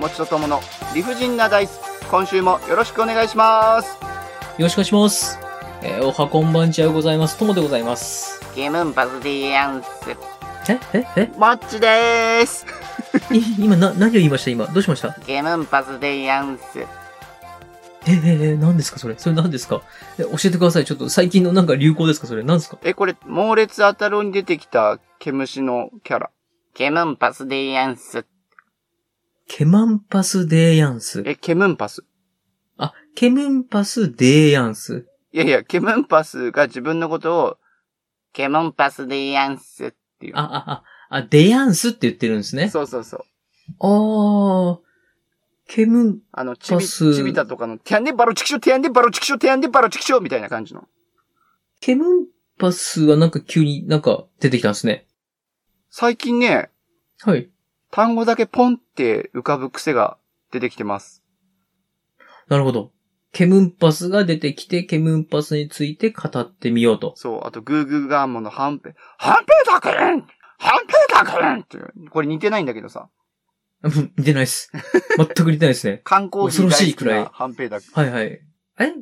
もちとともの理不尽なダイス今週もよろしくお願いしますよろしくお願いします。えーおはこんばんちはございます。ともでございます。ゲムンバズディアンスえええ もっちでーすい今な、何を言いました今。どうしましたゲムンバズディアンスえ、え、え、何ですかそれそれ何ですかえ、教えてください。ちょっと最近のなんか流行ですかそれ何ですかえ、これ、猛烈アタロに出てきた毛虫のキャラ。ケムンパスデイアンス。ケマンパスデーヤンス。え、ケムンパス。あ、ケムンパスデーヤンス。いやいや、ケムンパスが自分のことを、ケムンパスデイアンスっていう。あ、あ、あ、あ、デヤンスって言ってるんですね。そうそうそう。あー、ケムン、あの、チビ、パスチビタとかの、テアンデバロチキショ、テアンデバロチキショ、テアンデバロチキショみたいな感じの。ケムンパスはなんか急になんか出てきたんですね。最近ね、はい。単語だけポンって浮かぶ癖が出てきてます。なるほど。ケムンパスが出てきて、ケムンパスについて語ってみようと。 そう、あと、グーグーガーモンのハンペ、ハンペータくんハンペータくんっていう。これ似てないんだけどさ。うん似てないっ す。全く似てないですね。缶コーヒー大好き恐ろしいくらないハンペータくんはいはい。え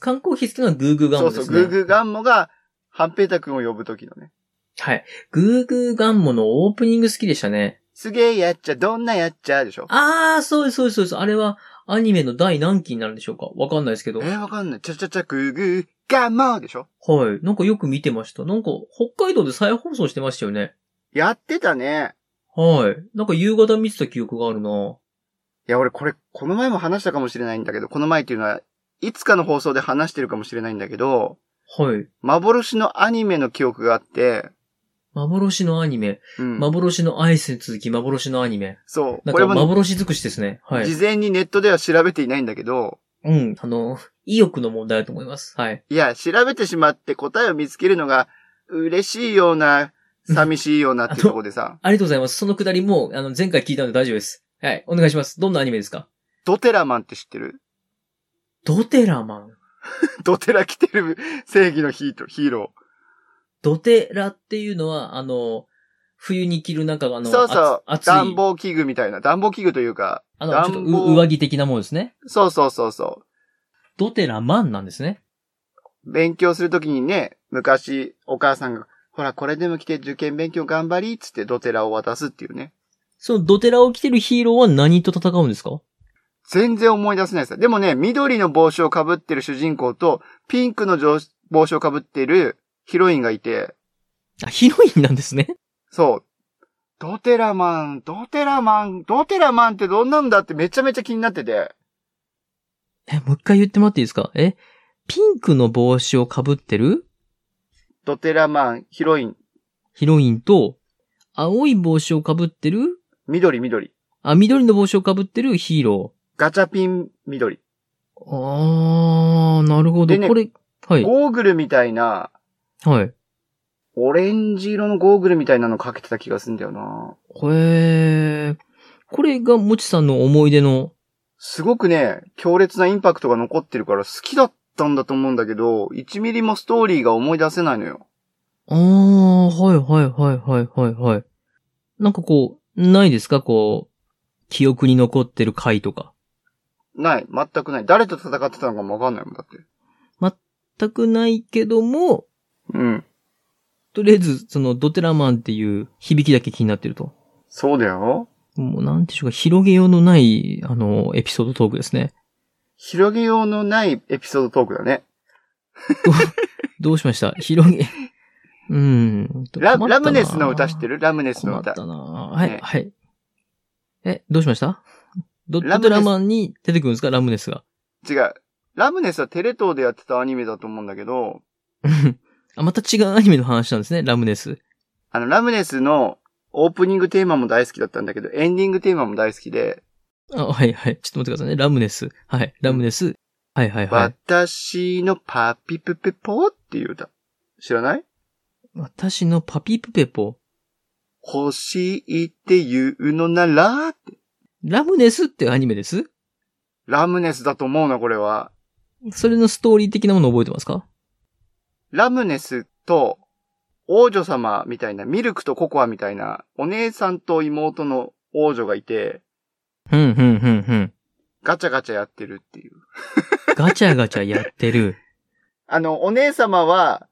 缶コーヒーっていうのはグーグーガンモですそね。うそう、グーグーガンモが、ハンペータ君を呼ぶときのね。はい。グーグーガンモのオープニング好きでしたね。すげえやっちゃ、どんなやっちゃでしょ。あー、そうです、そうです、そうです。あれはアニメの第何期になるんでしょうかわかんないですけえど。はい。ー、わかんない。ちゃちゃちゃ、グーグーガンモでしょ。なんかよく見てました。なんか北海道で再放送してましたよね。やってたね。はい。なんか夕方見てた記憶があるないや、俺これ、この前も話したかもしれないんだけど、この前っていうのは、いつかの放送で話してるかもしれないんだけど、はい。幻のアニメの記憶があって、幻のアニメ。うん。幻のアイスに続き幻のアニメ。そう。なこんかれもね、幻尽くしですね。はい事。前にネットでは調べていないんだけど、うん。あの、意欲の問題だと思います。はい。いや、調べてしまって答えを見つけるのが、嬉しいような、寂しいようなっていうところでさ、 ありがとうございます。そのくだりもう、あの、前回聞いたので大丈夫です。はい。お願いします。どんなアニメですかドテラマンって知ってる ドテラマン。ドテラ来てる正義のヒートヒーロドテラっていうのは、あの、冬に着るなんかあー。の、そうそう。あつ暑暖い、房器具みたいな。暖房器具というか、あの、ちょっと暖う房上着的なものですね。そうそうそうそドテラマンなんですね。う。勉強するときにね、昔お母さんが、ほら、これでも来て受験勉強頑張りっつってドテラを渡すっていうね。そのドテラを着てるヒーローは何と戦うんですか全然思い出せないです。でもね、緑の帽子をかぶってる主人公と、ピンクの上帽子をかぶってるヒロインがいて、あ、ヒロインなんですね。そう。ドテラマン、ドテラマン、ドテラマンってどんなんだってめちゃめちゃ気になってて。え、もう一回言ってもらっていいですかえ、ピンクの帽子をかぶってるドテラマン、ヒロイン、ヒロインと、青い帽子をかぶってる緑緑。あ、緑の帽子をかぶってるヒーロガチャピン緑。ー。あー、なるほど。でねこれ、はい、ゴーグルみたいな、はい。オレンジ色のゴーグルみたいなのかけてた気がするんだよな。へー。これがもちさんの思い出の、すごくね、強烈なインパクトが残ってるから好きだったんだと思うんだけど、1ミリもストーリーが思い出せないのよ。あー、はいはいはいはいはいはい。なんかこう、ないですかこう、記憶に残ってる回とか。ない、全くない。誰と戦ってたのかもわかんないもんだって。全くないけども、うん。とりあえず、その、ドテラマンっていう響きだけ気になってると。そうだよ。もう、なんていうか、広げようのない、あの、エピソードトークですね。広げようのないエピソードトークだね。 どうしました広げ、うん。ララムネスの歌知ってるるラムネス困のっ歌。たなはい、ねはい。え、どうしましたドラムネスドテラマンに出てくるんですかラムネスが。 違う。ラムネスはテレ東でやってたアニメだと思うんだけど、あ、また違うアニメの話なんですね、ラムネス。あの、ラムネスのオープニングテーマも大好きだったんだけど、エンディングテーマも大好きで、あ、はい、はい。ちょっと待ってくださいね。ラムネス。はい、ラムネス。はい、はい、はい。私のパピプペポっていう歌。知らない私のパピプペポ。欲しいって言うのなら、ラムネスっていうアニメですラムネスだと思うな、これは。それのストーリー的なもの覚えてますかラムネスと王女様みたいな、ミルクとココアみたいな、お姉さんと妹の王女がいて、ふんふんふんふん。ガチャガチャやってるっていう。ガチャガチャやってる。あの、お姉様は、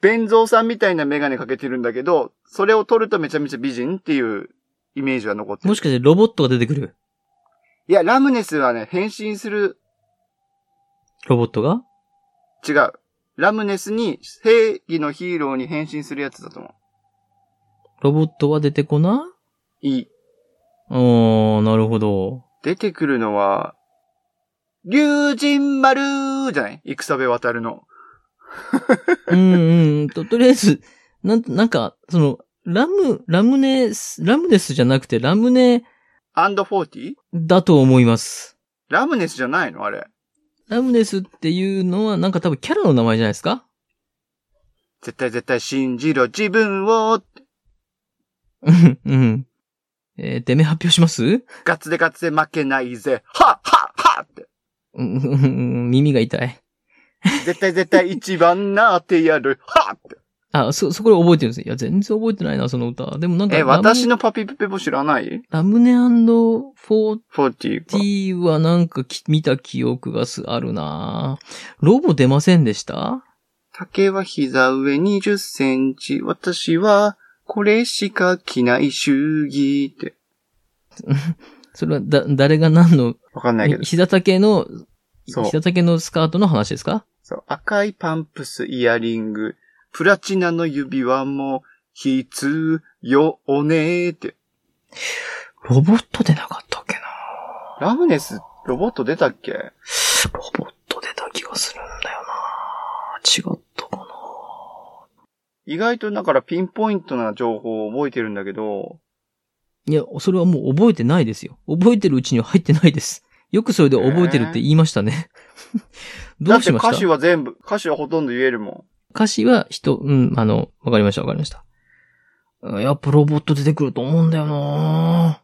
弁蔵さんみたいなメガネかけてるんだけど、それを取るとめちゃめちゃ美人っていうイメージは残ってる。もしかしてロボットが出てくるいや、ラムネスはね、変身する、ロボットが違う。ラムネスに、正義のヒーローに変身するやつだと思う。ロボットは出てこないい。いおー、なるほど。出てくるのは、竜神丸じゃない戦部渡るの。うんうん。と、とりあえず、なん、なんか、その、ラム、ラムネス、ラムネスじゃなくてラムネアンドフォーティだと思います。ラムネスじゃないのあれ。ラムネスっていうのは、なんか多分キャラの名前じゃないですか 絶対絶対信じろ自分をうんうん。えー、デメ発表します ガッツでガッツで負けないぜはっはっはってうんうんうん耳が痛い。絶対絶対一番なってやるはっってあ、そ、そこで覚えてるんですよ。いや、全然覚えてないな、その歌。でもなんか、え、ラム私のパピプペも知らないラムネフォー ?40 か。 T はなんかき見た記憶がすあるなぁロボ出ませんでした竹は膝上20センチ。私は、これしか着ない主義って。それはだ、誰が何の、わかんないけど。膝丈の、そう膝丈のスカートの話ですかそう。赤いパンプス、イヤリング、プラチナの指輪も、必要ねーって。ロボット出なかったっけなラムネス、ロボット出たっけロボット出た気がするんだよなぁ違ったかな意外とだからピンポイントな情報を覚えてるんだけど、いや、それはもう覚えてないですよ。覚えてるうちには入ってないです。よくそれで覚えてるって言いましたね。 どだうってしました歌詞は全部、歌詞はほとんど言えるも。歌詞は人、うん、あの、わかりました、わかりました。うんやっぱロボット出てくると思うんだよなん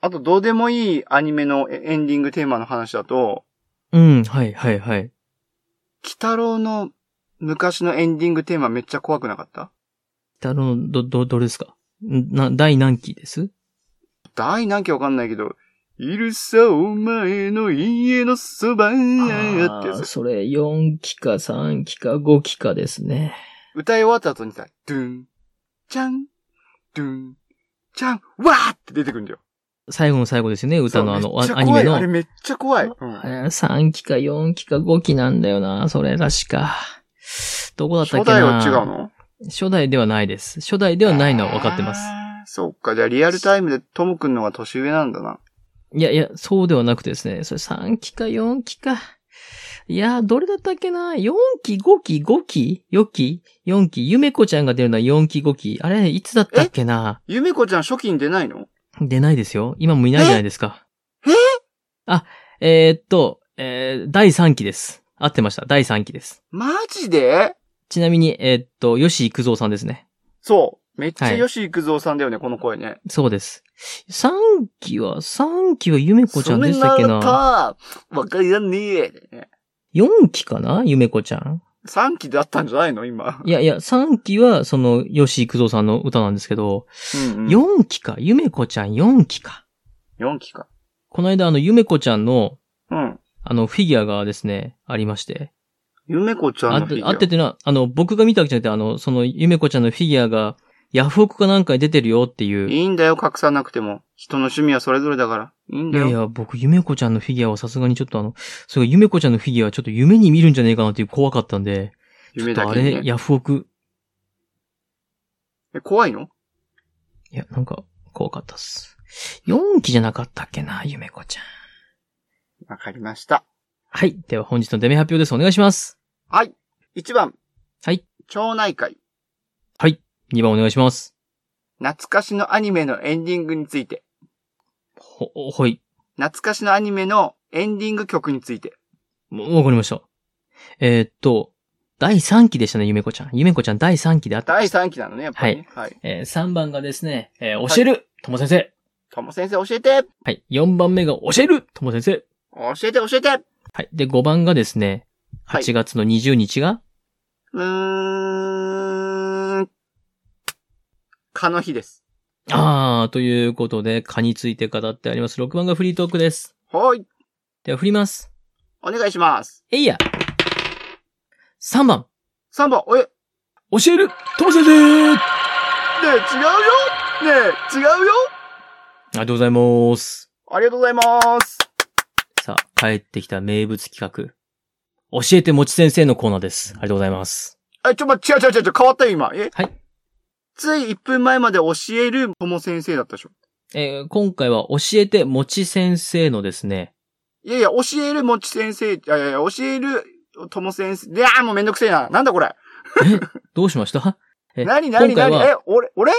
あとどうでもいいアニメのエエンディングテーマの話だと、うん、はい、はい、はい。鬼太郎の昔のエンディングテーマめっちゃ怖くなかったあの、ど、ど、どれですかんな、第何期です大何期わかんないけど、いるさお前の家のそばへあってやーつ。それ4期か3期か5期かですね。歌い終わった後にさ、ドゥン、チャン、ドゥン、チャン、わーって出てくるんだよ。最後の最後ですよね、歌のあの、そうあアニメの。めっちゃ怖いあれめっちゃ怖い。うん3期か4期か5期なんだよな、それ確か。どこだったっ初けな代は違うの初代ではないです。初代ではないのは分かってます。あー。そっか、じゃあリアルタイムでトムくんの方が年上なんだな。いやいや、そうではなくてですね、それ3期か4期か。いやー、どれだったっけな ?4 期、5期、5期 ?4 期 ?4 期。ゆめこちゃんが出るのは4期、5期。あれ、いつだったっけなゆめこちゃん初期に出ないの出ないですよ。今もいないじゃないですか。えあ、えーっと、えー、第3期です。合ってました。第3期です。マジでちなみに、えーっと、吉幾三さんですね。そう。めっちゃはい吉幾三さんだよね、この声ね。そうです。3期は、3期はゆめこちゃんでしたっけそんななパわかりやんねえ。 ?4 期かなゆめこちゃん。 3期だったんじゃないの今。いやいや、3期は、その、吉幾三さんの歌なんですけど、うんうん4期か、ゆめこちゃん4期か。 4期か。この間、あの、ゆめこちゃんの、うん。あの、フィギュアがですね、ありまして。ゆめこちゃあんのっフィギて、ュあってっていうのは、あの、僕が見たわけじゃなくて、あの、その、ゆめこちゃんのフィギュアが、ヤフオクかなんかに出てるよっていう。いいんだよ、隠さなくても。人の趣味はそれぞれだから。いいんいだやよ。いや、僕、ゆめこちゃんのフィギュアはさすがにちょっとあの、それゆめこちゃんのフィギュアはちょっと夢に見るんじゃねえかなっていう怖かったんで、夢ちょだっとあけにね。れ、ヤフオク、え怖いのいや、なんか、怖かったっす。4期じゃなかったっけな、ゆめこちゃん。わかりました。はい。では本日のデメ発表です。お願いします。はい。1番。はい。町内会。 2番お願いします。懐かしのアニメのエンディングについて。ほ、ほい。懐かしのアニメのエンディング曲について。もうわかりました。えーっと、第3期でしたね、ゆめこちゃん。ゆめこちゃん第3期であった。第3期なのね、やっぱり、ね。はい。えー、3番がですね、えー教える、とも先生。とも先生教えてはい。4番目が教える、とも先生。教えて教えてはい。で、5番がですね、はい8月の20日が、うーん。蚊の日です。あー、ということで、蚊について語ってあります。6番がフリートークです。はい。では振ります。お願いします。えいや !3 番、 3番、え、ね教える、とも先生あえ、違うよねえ、違うよりがとうございます。ありがとうございます。さあ、帰ってきた名物企画。教えてもち先生のコーナーです。ありがとうございます。え、ちょ、ま、違う違う違う違う、変わったよ、今。えはい。つい1分前まで教えるとも先生だったでしょ。えー今回は教えてもち先生のですね、いやいや、教えるもち先生、いやいや、教えるとも先生、いやーもうめんどくせえな。なんだこれ。どうしましたえなになに今な回にはえ、俺、俺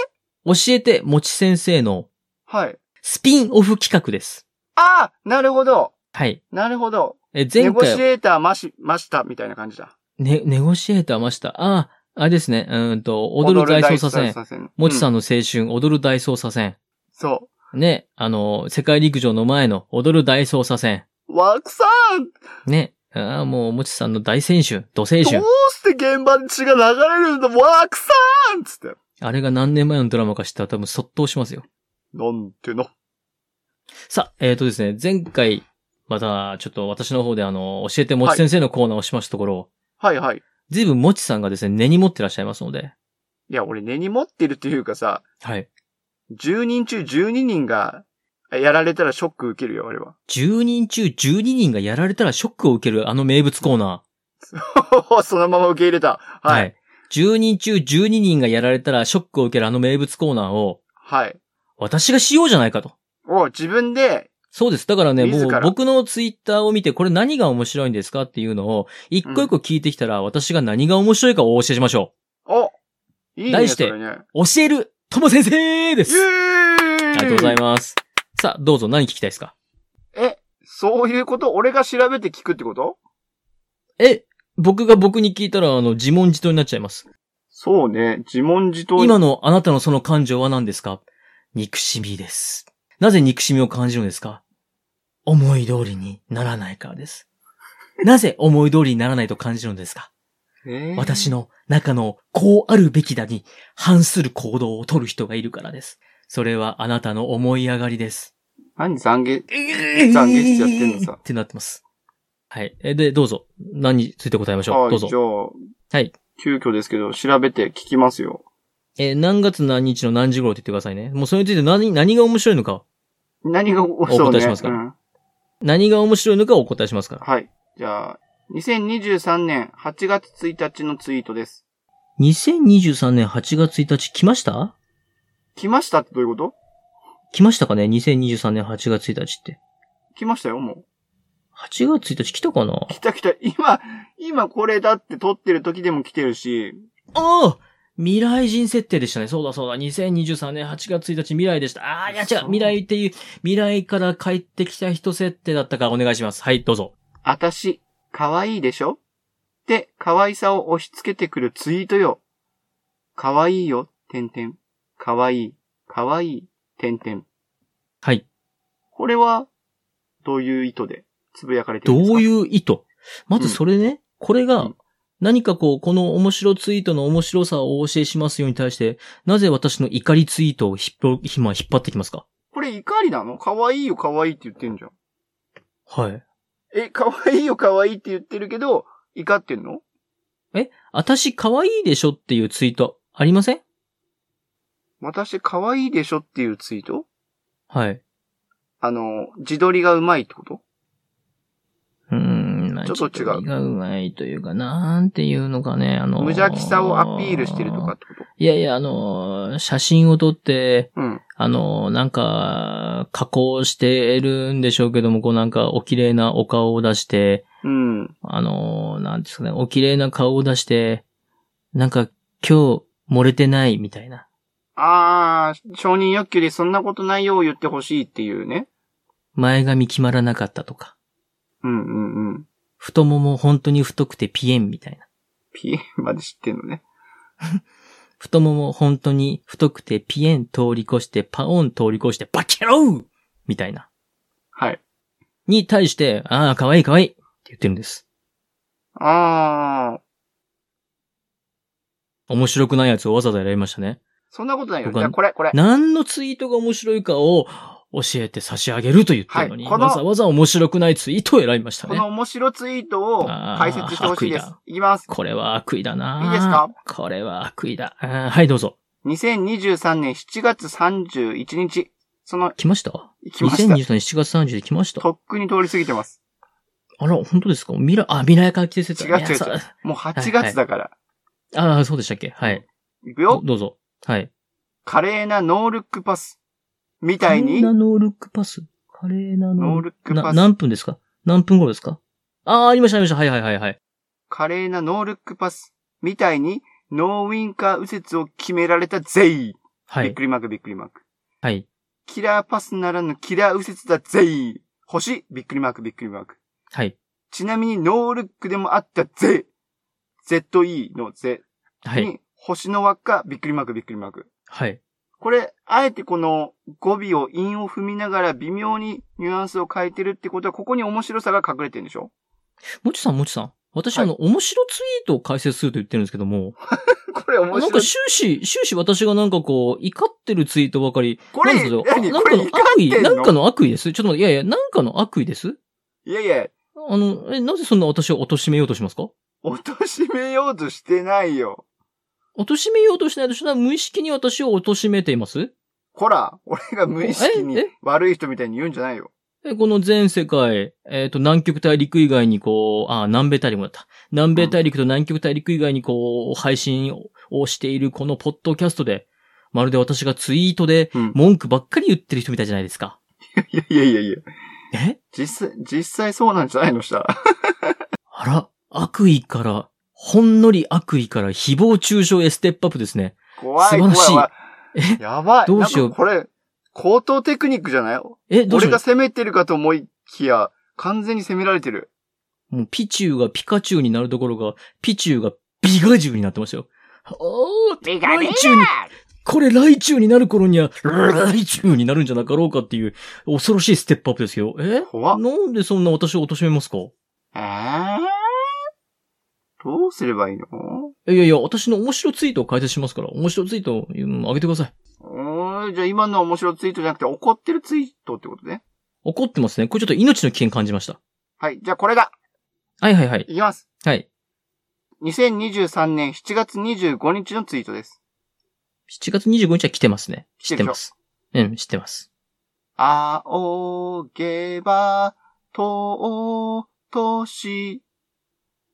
教えてもち先生のはい。スピンオフ企画です。ああなるほど。はい。なるほど。え、ネ前ゴシ回、エーターまし、ました、みたいな感じだ。ね、ネゴシエーターました。ああ、あれですね。うーんと、踊る大捜査線。線もちさん。んの青春、踊る大捜査線。そね、あの、世界陸上の前の踊る大捜査線。う。ワークさんね。ああ、もう、もちさんの大選手、土選ど手う。して現場に血が流れるんだワークさんつって。あれが何年前のドラマか知ったら多分、そっとしますよ。なんての。さあ、えっ、とですね、前回、また、ちょっと私の方であの、教えてもち先生のコーナーをしましたところ、はいはい。ずいぶんもちさんがですね、根に持ってらっしゃいますので。いや、俺根に持ってるというかさ、はい。 10人中12人がやられたらショック受けるよ、俺は。 10人中12人がやられたらショックを受けるあの名物コーナそのまま受け入れた。ー。はい。。 10人中12人がやられたらショックを受けるあの名物コーナーを、はい。私がしようじゃないかと。を自分で、そうです。だからね、も自うら僕のツイッターを見て、これ何が面白いんですかっていうのを、一個一個聞いてきたら、私が何が面白いかをお教えしましょおいいね、題してそれね。う。教える、とも先生でイすエーイありがとうございます。さあ、どうぞ何聞きたいですかえ、そういうこと俺が調べて聞くってことえ、僕が僕に聞いたら、あの、自問自答になっちゃいます。そうね、自問自答今のあなたのその感情は何ですか憎しみです。なぜ憎しみを感じるんですか思い通りにならないからです。なぜ思い通りにならないと感じるんですか私の。の中のこうあるべきだに反する行動を取る人がいるからです。それはあなたの思い上がりです。何懺悔懺懺悔室やってんのさってなってます。はい。えで、どうぞ。何について答えましょう。はどうい、ぞじ。ゃあ、はい。急遽ですけど、調べて聞きますよ。えー何月何日の何時頃って言ってくださいね。もうそれについて何、何が面白いのか、何が、お答えしますかうん何が面白いのかお答えしますから。はい。じゃあ、2023年8月1日のツイートです。 2023年8月1日来ました来ましたってどういうこと来ましたかね ?2023 年8月1日って。来ましたよ、も8月1日来たかなう。来た来た。今、今これだって撮ってる時でも来てるし、ああ未来人設定でしたね。そうだそうだ。2023年8月1日未来でした。ああ、いや違う。そう未来っていう、未来から帰ってきた人設定だったからお願いします。はい、どうぞ。あたし、可愛いでしょって、可愛さを押し付けてくるツイートよ。可愛いよ、てんてん。可愛い、可愛い、てんてん。はい。これは、どういう意図でつぶやかれてるんどですかういうう意図まずそれね、これうがん、何かこう、この面白ツイートの面白さをお教えしますよに対して、なぜ私の怒りツイートを引っ張今引っ張ってきますかこれ怒りなの可愛いよ、可愛いって言ってんじゃん。はい。え、可愛いよ、可愛いって言ってるけど、怒ってんのえ、私可愛いでしょっていうツイートありません私可愛いでしょっていうツイートはい。あの、自撮りがうまいってことうーん、まあちょっと違うがうまいというか、なんていうのかね、あのー無邪気さをアピールしてるとかっ。てこいやいや、あのー写真を撮って、とうん。あのーなんか、加工してるんでしょうけども、こうなんか、お綺麗なお顔を出して、うん。あのーなんですかね、お綺麗な顔を出して、なんか、今日、漏れてないみたいな。あー、承認欲求でそんなことないよう言ってほしいっていうね。前髪決まらなかったとか、うんうんうん。太もも本当に太くてピエンみたいな。ピエまで知ってんのね。太もも本当に太くてピエン通り越してパオン通り越してバキャローみたいな。はい。に対して、ああ、かわいいかわいいって言ってるんです。あ面白くないやつをわざわざ選びましたね。そんなことないよ。僕じはゃあこれ、これ。何のツイートが面白いかを教えて差し上げると言ってるのに、はいこのわざわざ面白くないツイートを選びましたこねの。面白ツイートを解説してほしいですあー悪い意だ。きます。これは悪意だないいですかこれは悪意だ。あーはい、どうぞ。 2023年7月31日。その、来ました行きました。 2023年7月30で来ました。とっくに通り過ぎてます。あら、本当ですか未来、あ、未来から季節だ違う違う違ういやさもう8月だから。あー、そうでしたっけはい。いくどよ。どうぞ。はい。華麗なノールックパス。みたいに華麗な、ノールックパス。華麗なノノーールルッッククパパスス。な何分ですか何分頃ですかあー、ありました、ありました。はいはいはいはい。華麗なノールックパス。みたいに、ノーウィンカー右折を決められたぜい。はびっい。くりマークびっくりマーク。はい。キラーパスならぬキラー右折だぜい。星、びっくりマークびっくりマーク。はい。ちなみにノールックでもあったぜ。ZE のぜはい。に、星の輪っか、びっくりマークびっくりマーク。はい。これ、あえてこの語尾を韻を踏みながら微妙にニュアンスを変えてるってことは、ここに面白さが隠れてるんでしょもちさん、もちさん。私、はいあの、面白ツイートを解説すると言ってるんですけども、これ面なん白かい。終始、終始私がなんかこう、怒ってるツイートばかり。これなんです、か何こなんかれの怒っ悪て意、んなのんかの悪意ですちょっと待って、いやいや、なんかの悪意ですいやいや、あの、え、なぜそんな私を貶めようとしますか貶めようとしてないよ。貶めようとしないとしたら無意識に私を貶めていますほら、俺が無意識にええ悪い人みたいに言うんじゃないよ。え、この全世界、えっ、と、南極大陸以外にこう、あ、南米大陸もだった。南米大陸と南極大陸以外にこう、配信をしているこのポッドキャストで、まるで私がツイートでうん文句ばっかり言ってる人みたいじゃないですか。いやいやいやいや。え実際、実際そうなんじゃないのした ら。あら、悪意から、ほんのり悪意から誹謗中傷へステップアップですね。怖い、素晴怖らい。しい怖いやばい。どうしよなうんかこれ、高等テクニックじゃないえ、どうし俺よが攻めてるかと思いきや、完全に攻められてる。う。もうピチューがピカチュウになるところが、ピチューがビガジュウになってましたよ。おー、ライチュウに、これライチュウになる頃には、ライチュウになるんじゃなかろうかっていう、恐ろしいステップアップですよ。え怖っなんでそんな私を貶めますかえー、どうすればいいのいやいや、私の面白ツイートを解説しますから、面白ツイートをうん上げてください。うーんじゃあ今の面白ツイートじゃなくて怒ってるツイートってことね。怒ってますね。これちょっと命の危険感じました。はい、じゃあこれだ。はいはいはい。いきます。はい。 2023年7月25日のツイートです。 7月25日は来てますね。来てる知でってしょます。うん、知ってます。あおげば、とうとし、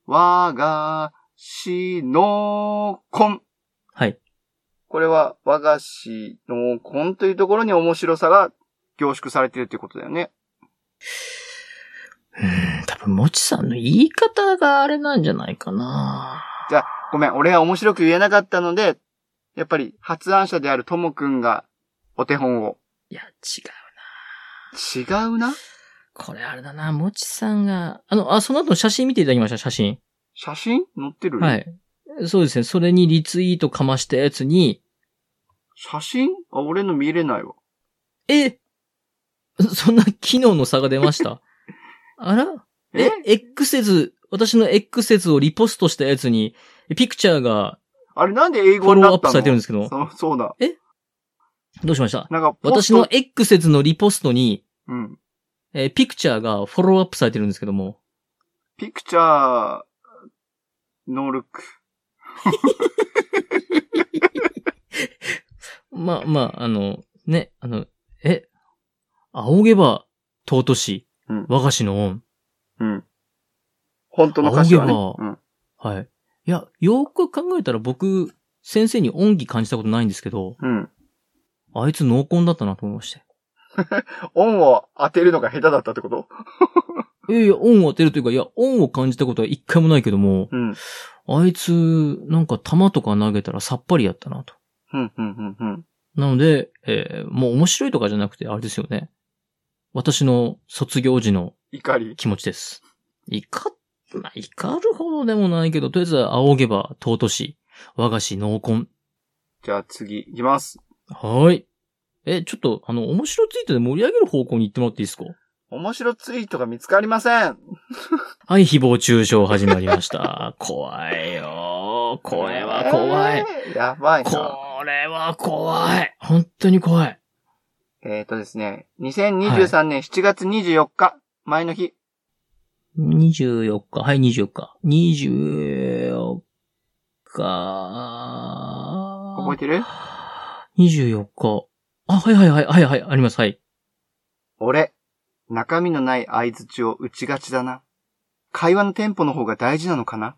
わがしのこん。はい。これは、和菓子のコンというところに面白さが凝縮されているということだよね。うーん、多分、もちさんの言い方があれなんじゃないかな。ごめん、俺は面白く言えなかったので、やっぱり発案者であるともくんがお手本を。いや、違うな。違うなこれあれだな、もちさんが、あの、あ、その後の写真見ていただきました、写真。写真載ってる、はい。そうですね、それにリツイートかましたやつに、写真あ、俺の見れないわ。えそんな機能の差が出 ました。あらえ、X 説、私の X 説をリポストしたやつに、ピクチャーが、あれなんで英語になったのフォローアップされてるんですけどそう そうだ。どうしましたなんかポス私ト、の X 説のリポストに、うん。えーピクチャーがフォローアップされてるんですけども。ピクチャー、ノールック。まあまあ、あの、ね、あの、え、仰げば、尊しうん、我が子の恩。うん。本当の歌詞はね。仰げうん、はい。いや、よく考えたら僕、先生に恩義感じたことないんですけど、うん。あいつ濃厚だったなと思いまして。音を当てるのが下手だったってこといやいや、恩を当てるというか、いや、恩を感じたことは一回もないけども、うん。あいつ、なんか球とか投げたらさっぱりやったなと。うん、うん、うん、うん。なので、えーもう面白いとかじゃなくて、あれですよね。私の卒業時の怒り。気持ちです。怒っ、まあ怒るほどでもないけど、とりあえず、仰げば尊し、我が子濃婚。じゃあ次、いきます。はーい。え、ちょっと、あの、面白ツイートで盛り上げる方向に行ってもらっていいですか面白ツイートが見つかりません。はい、誹謗中傷 始まりました。怖いよーこれは怖い。えー。やばいこな。れは怖い。本当に怖い。えっ、とですね、2023年7月24日、前の日、 24日、はい、24日。24日。覚えてる ?24 日。あ、はいはいはい、はいはい、あります、はい。俺、中身のない合図を打ちがちだな。会話のテンポの方が大事なのかな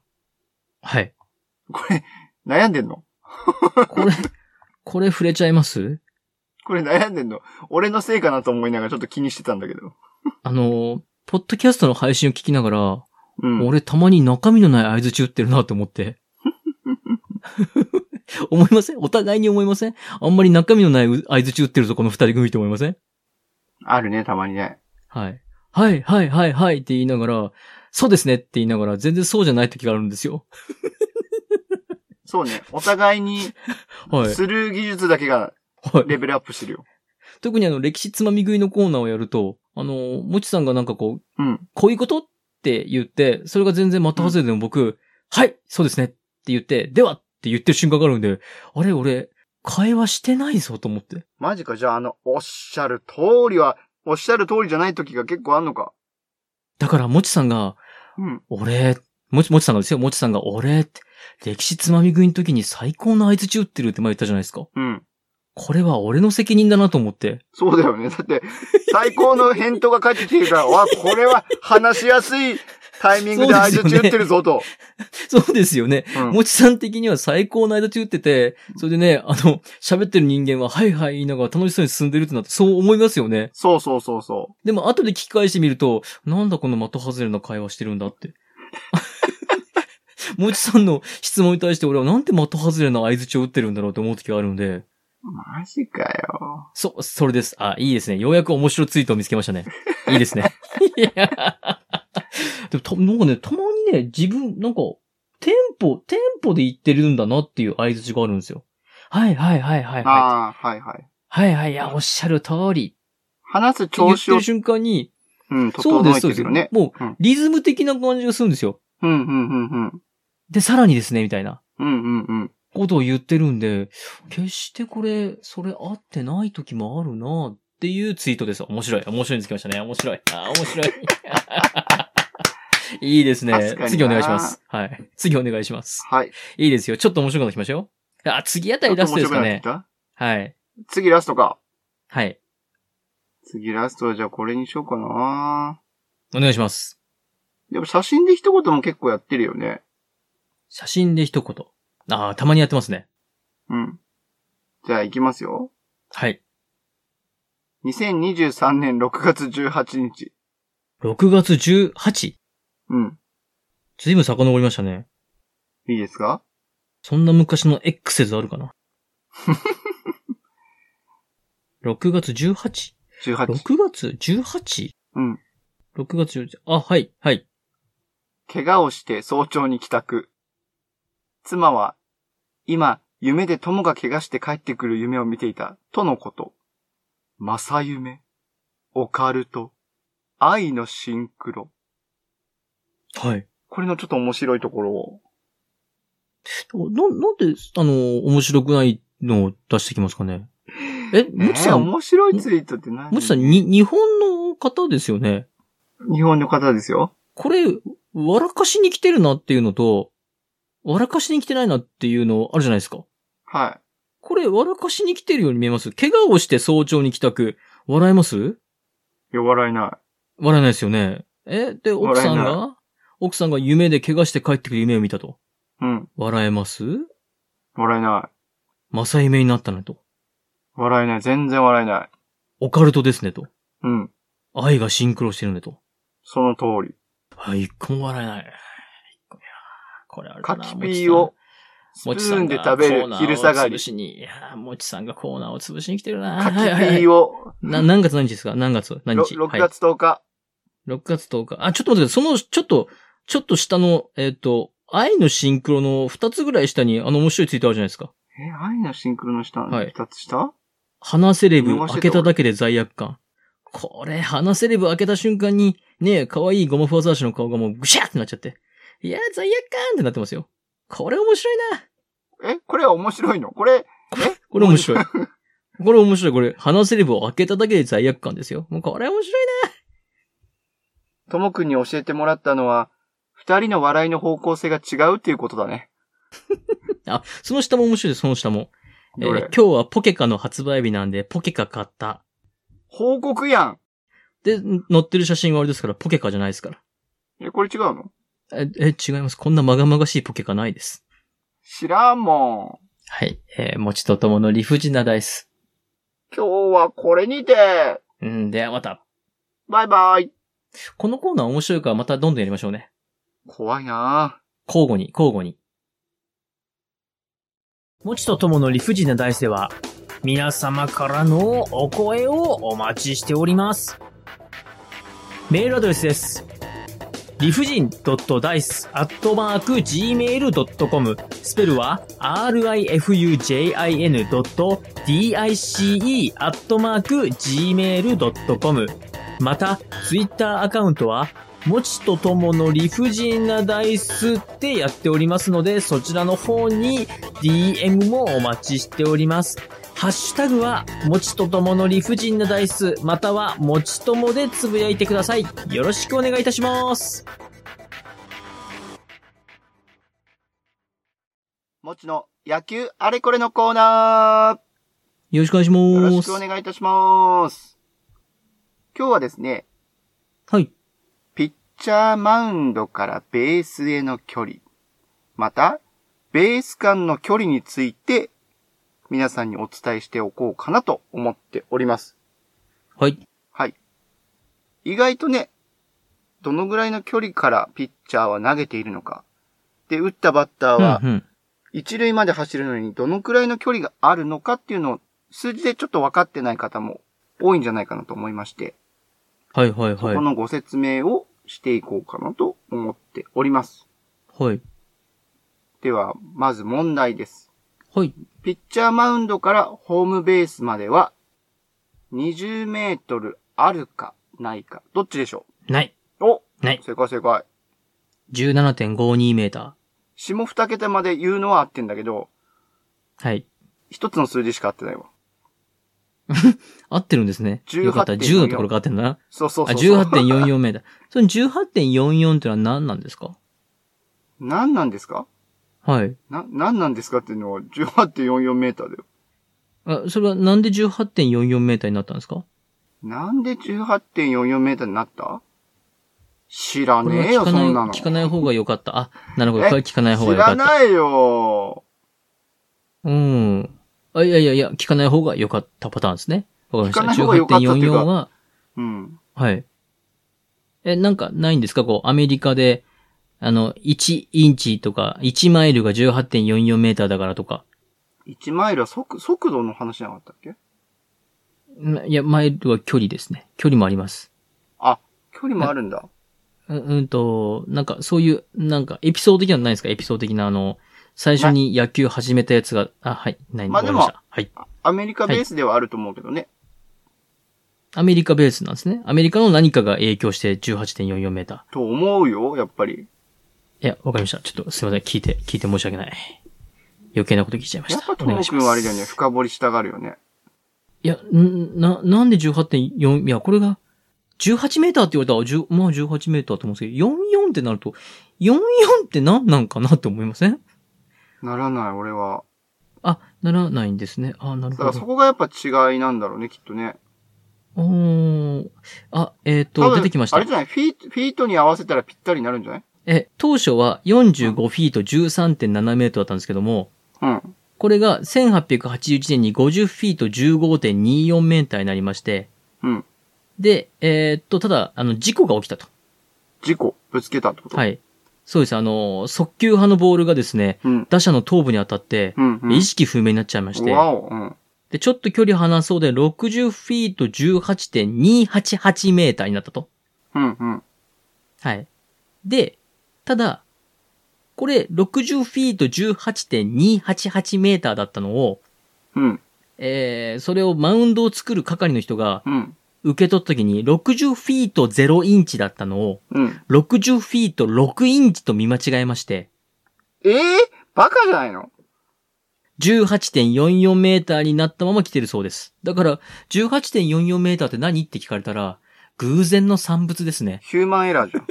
はい。これ、悩んでんの これ、これ触れちゃいますこれ悩んでんの俺のせいかなと思いながらちょっと気にしてたんだけど。あの、ポッドキャストの配信を聞きながら、うん。俺たまに中身のない合図打ってるなと思って。 思いませんお互いに思いませんあんまり中身のない合図打ってるぞ、この二人組って思いませんあるね、たまにね。はい。はい、はい、はい、はいって言いながら、そうですねって言いながら、全然そうじゃない時があるんですよ。そうね。お互いに、はい。する技術だけがはい。レベルアップしてるよ。特にあの、歴史つまみ食いのコーナーをやると、あの、もちさんがなんかこう、うん。こういうことって言って、それが全然的外れでも僕、はいそうですねって言って、ではって言ってる瞬間があるんで、あれ俺、会話してないぞと思って。マジか、じゃああの、おっしゃる通りは、おっしゃる通りじゃない時が結構あんのか。だから、もちさんが、うん。俺、もち、もちさんがですよ、もちさんが、俺って、歴史つまみ食いの時に最高の合図打ってるって前言ったじゃないですか。うん。これは俺の責任だなと思って。そうだよね。だ って、最高の返答が返ってきてるから、わ、これは話しやすいタイミングで相槌打ってるぞと。そうですよね。うんもちさん的には最高の合図打ってて、それでね、あの、喋ってる人間は、はいはい言いながら楽しそうに進んでるってなって、そう思いますよね。そうそうそうそでも後で聞き返してみると、なんだこの的外れな会話してるん だって。もちさんの質問に対して俺はなんて的外れな合図を打ってるんだろうと思う時があるんで。う。マジかよ。そ、それです。あ、いいですね。ようやく面白ツイートを見つけましたね。いいです ね。いやでもた、なんかね、たまにね、自分、なんか、テンポ、テンポで言ってるんだなっていう合図があるんですよ。はいはいはいはいはい。ああ、はいはい。はいはい、いや、おっしゃる通り。話すって言調って子をる、瞬間に、うん、そうで整す、えそてるうです。よね。もうんう、リズム的な感じがするんですよ。うん、うん、うん、うん。で、さらにですね、みたいなうん、うん、うん。ことを言ってるんで、決してこれ、それ合ってない時もあるなっていうツイートです。面白い。面白いにつきましたね。面白い。あー面白い。 いいです確ねかに。な次お願いします。はい。次お願いします。はい。いいですよ。ちょっと面白くなってきましたよ。あ、次あたりラストですかねち。ょっと面白くなってはい。きた次ラストか。はい。次ラストはじゃあこれにしようかな。お願いします。でも写真で一言も結構やってるよね。写真で一言。ああ、たまにやってますね。うん。じゃあ行きますよ。はい。 2023年6月18日。 6月 18? うん。ずいぶん遡りましたね。いいですかそんな昔の X 説ある かな ?6 月 18?6 ?18。月 18?6 うん。月 18? あ、はい、はい。怪我をして早朝に帰宅。妻は、今、夢で友が怪我して帰ってくる夢を見ていた、とのこと。正夢、オカルト、愛のシンクロ。はい。これのちょっと面白いところを。な、なんで、あの、面白くないのを出してきますかねえ、もちさねえん、も面白いツイートって何ちさん、に、日本の方ですよね。日本の方ですよ。これ、笑かしに来てるなっていうのと、笑かしに来てないなっていうのあるじゃないですか。はこれ、笑かしに来てるように見えます。怪我をして早朝に帰宅。笑えますい。いや、笑えな笑えないですよね。え、で、奥さん笑えが奥さんが夢で怪我して帰ってくる夢を見たと。い。うん。笑えます笑えない。正夢になったねと。笑えない。全然笑えない。オカルトですねと。うん。愛がシンクロしてるねと。その通り。あ、一個も笑えない。いやーこれあれだカな。キピーをスプもちさんーンで食べる昼下がり もち。さんがコーナーを潰しに、いやーもちさんがコーナーを潰しに来てるな。カキピはいはいーはいをな、何月何日ですか何月何ろ日6はい、月10日。 6月10日。あ、ちょっと待ってください。その、ちょっと、ちょっと下の、えっ、と、愛のシンクロの2つぐらい下に、あの面白いツイートあるじゃないですか。え、愛のシンクロの下のはい二つ下鼻セレ見ブ逃してた開けただけで罪悪感。これ、鼻セレブ開けた瞬間に、ねえ、可愛いゴマフアザラシの顔がもうぐしゃってなっちゃって。いやー、罪悪感ってなってますよ。これ面白いな。え、これは面白いのこれ、これ 面白い。これ面白い。これ、鼻セリフを開けただけで罪悪感ですよ。もうこれ面白いね。ともくんに教えてもらったのは、二人の笑いの方向性が違うっていうことだね。あ、その下も面白いです、その下も。えーどれ今日はポケカの発売日なんで、ポケカ買った。報告やんで、載ってる写真はあれですから、ポケカじゃないですから。え、これ違うのえ、え違います。こんなまがまがしいポケカないです。知らんもん。はい。えー、餅と友の理不尽なダイス。今日はこれにて、うん、ではまた。バイバイ。このコーナー面白いからまたどんどんやりましょうね。怖いな交互に、交互に。もちとともの理不尽なダイスでは、皆様からのお声をお待ちしております。メールアドレスです。理不尽 .dice.gmail.com スペルは rifujin.dice.gmail.com また、ツイッターアカウントは、もちとともの理不尽なダイスってやっておりますので、そちらの方に DM もお待ちしております。ハッシュタグは、もちとともの理不尽なダイス、または、もちともでつぶやいてください。よろしくお願いいたします。もちの野球あれこれのコーナよろしくお願いしーよまろしす。くお願いいたします。今日はですね、はい。ピッチャーマウンドからベースへの距離、また、ベース間の距離について、皆さんにお伝えしておこうかなと思っております。はい。はい。意外とね、どのぐらいの距離からピッチャーは投げているのか。で、打ったバッターはう、ん、うん。一塁まで走るのにどのくらいの距離があるのかっていうのを、数字でちょっと分かってない方も多いんじゃないかなと思いまして、はい、はい、はいこ。のご説明をしていこうかなと思っております。はい。では、まず問題です。はい。ピッチャーマウンドからホームベースまでは、20メートルあるかないか、どっちでしょない。うおない正解正解。 17.52メータ下二桁まで言うのは合ってんだけど、ー。はい。一つの数字しか合ってないわ。合ってるんですね。 18.44よかった。10のところが合ってるんだな。そうそうあ、そうそう。 18.44メーター。その18.44ってのは何なんですか 何なんですかはい。な、何なんですかっていうのは18.44メーターだよ。あ、それはなんで18.44メーターになったんですかなんで18.44メーターになった知らこれはねえ聞よ、かそない、んなの。聞かない方が良かった。あ、なるほど。えこれは聞かない方が知良からった。ないよ。うん。あ、いやいやいや、聞かない方が良かったパターンですね。わかりました。聞かない方が良かったっていう18.44かは、うん。はい。え、なんかないんですかこう、アメリカで、あの、1インチとか、1マイルが18.44メーターだからとか。 1マイルは速、速度の話じゃなかったっけんいや、マイルは距離ですね。距離もあります。あ、距離もあるんだ。ううんと、なんかそういう、なんかエピソード的なのないですかエピソード的なあの、最初に野球始めたやつが、あ、はい、ないまあわかりしでたはい。アメリカベースではあると思うけどね。アメリカベースなんですね。アメリカの何かが影響して18.44メータと思うよ、やっぱり。ー。いや、わかりました。ちょっとすいません。聞いて、聞いて申し訳ない。余計なこと聞いちゃいまし。やったぱとお願もいしくまんすはあれだよね、深掘りしたがるよね。いや、んな、なんで18.4、いや、これが、18メーターって言われたら、10まあ18メーターと思うんですけど、44ってなると、44って何なんかなって思いませんならない、俺は。あ、ならないんですね。あ、なだかるほらそど。こがやっぱ違いなんだろうね、きっとね。おーあ、えっ、多と、分出てきましあたれ。じゃないフィート、フィートに合わせたらぴったりになるんじゃないえ、当初は45フィート13.7メートルだったんですけども、うん。これが1881年に50フィート15.24メーターになりまして、うん。で、えーっと、ただ、あの、事故が起きたと。事故、ぶつけたってことはい。そうです。あの、速球派のボールがですね、うん。打者の頭部に当たってう、ん、うん。意識不明になっちゃいまして、わお、うん。で、ちょっと距離離そうで60フィート18.288メーターになったと。うん、うん。はい。で、ただ、これ60フィート18.288メーターだったのを、うん、えー、それをマウンドを作る係の人がうん、受け取った時に60フィート0インチだったのをうん。 60フィート6インチと見間違えまして、ええバカじゃないの18.44メーターになったまま来てるそうです。だから、18.44メーターって何って聞かれたら、偶然の産物ですね。 ヒューマンエラーじゃん。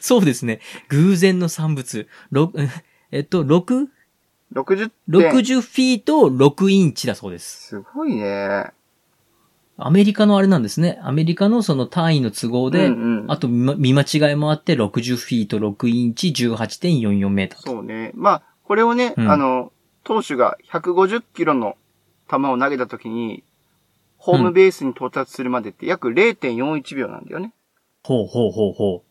そうですね。偶然の産物。ろえっと、6?60 60フ点。ィート6インチだそうです。すごいね。アメリカのあれなんですね。アメリカのその単位の都合で、うんうんあと見ま見間違いもあって60フィート6インチ18.44メーター。そうね。まあ、これをね、うんあの、投手が150キロの球を投げた時に、ホームベースに到達するまでって約0.41秒なんだよね。ほうほうほうほ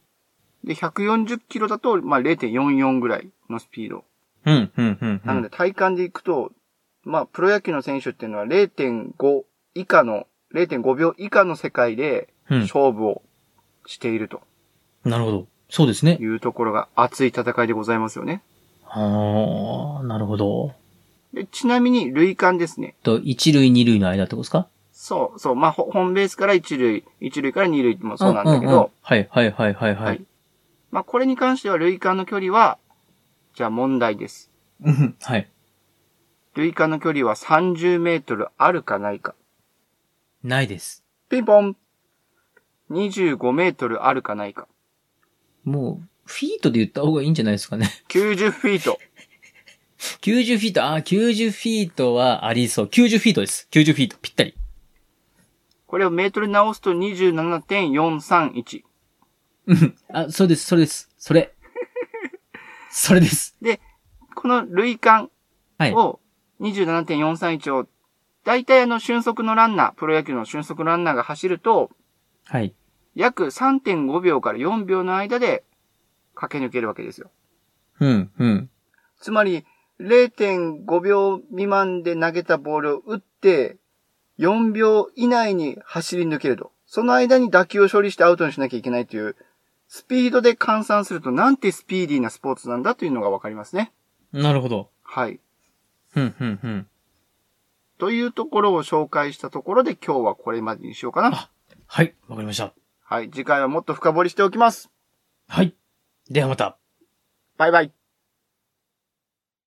で、140キロだと、まあ0.44ぐらいのスピード。う。うん、うん、うんうなのん。で体感でいくと、まあプロ野球の選手っていうのは0.5以下の、0.5秒以下の世界でうん勝負をしているとなるほど。そうですね。いうところが熱い戦いでございますよね。ああ、なるほど。でちなみに、類間ですね。と、一塁二塁の間ってことですかそう、そう。まあ、ほ本ベースから一塁、一塁から二塁もそうなんだけど、うううはい、はい、はい、はい、ははいい。まあ、これに関しては類間の距離は、じゃあ問題です。うんはい。類間の距離は30メートルあるかないか。ないです。ピンポン !25 メートルあるかないか。もう、フィートで言った方がいいんじゃないですかね。 90フィート。 90フィート、ああ、90フィートはありそう。90フィートです。90フィート、ぴったり。これをメートル直すと27.431。うん。あ、そうです、それです。そ れ。それです。この類間はい。を、27.431を、大体あの瞬足のランナー、プロ野球の瞬足のランナーが走ると、はい。約3.5秒から4秒の間で駆け抜けるわけですよ。うん、うん。つまり、0.5秒未満で投げたボールを打って、4秒以内に走り抜けると。その間に打球を処理してアウトにしなきゃいけないという、スピードで換算するとなんてスピーディーなスポーツなんだというのがわかりますね。なるほど。はい。うん、うん、うん。というところを紹介したところで今日はこれまでにしようかな。はい、わかりました。はい。次回はもっと深掘りしておきます。はい。ではまた。バイバイ。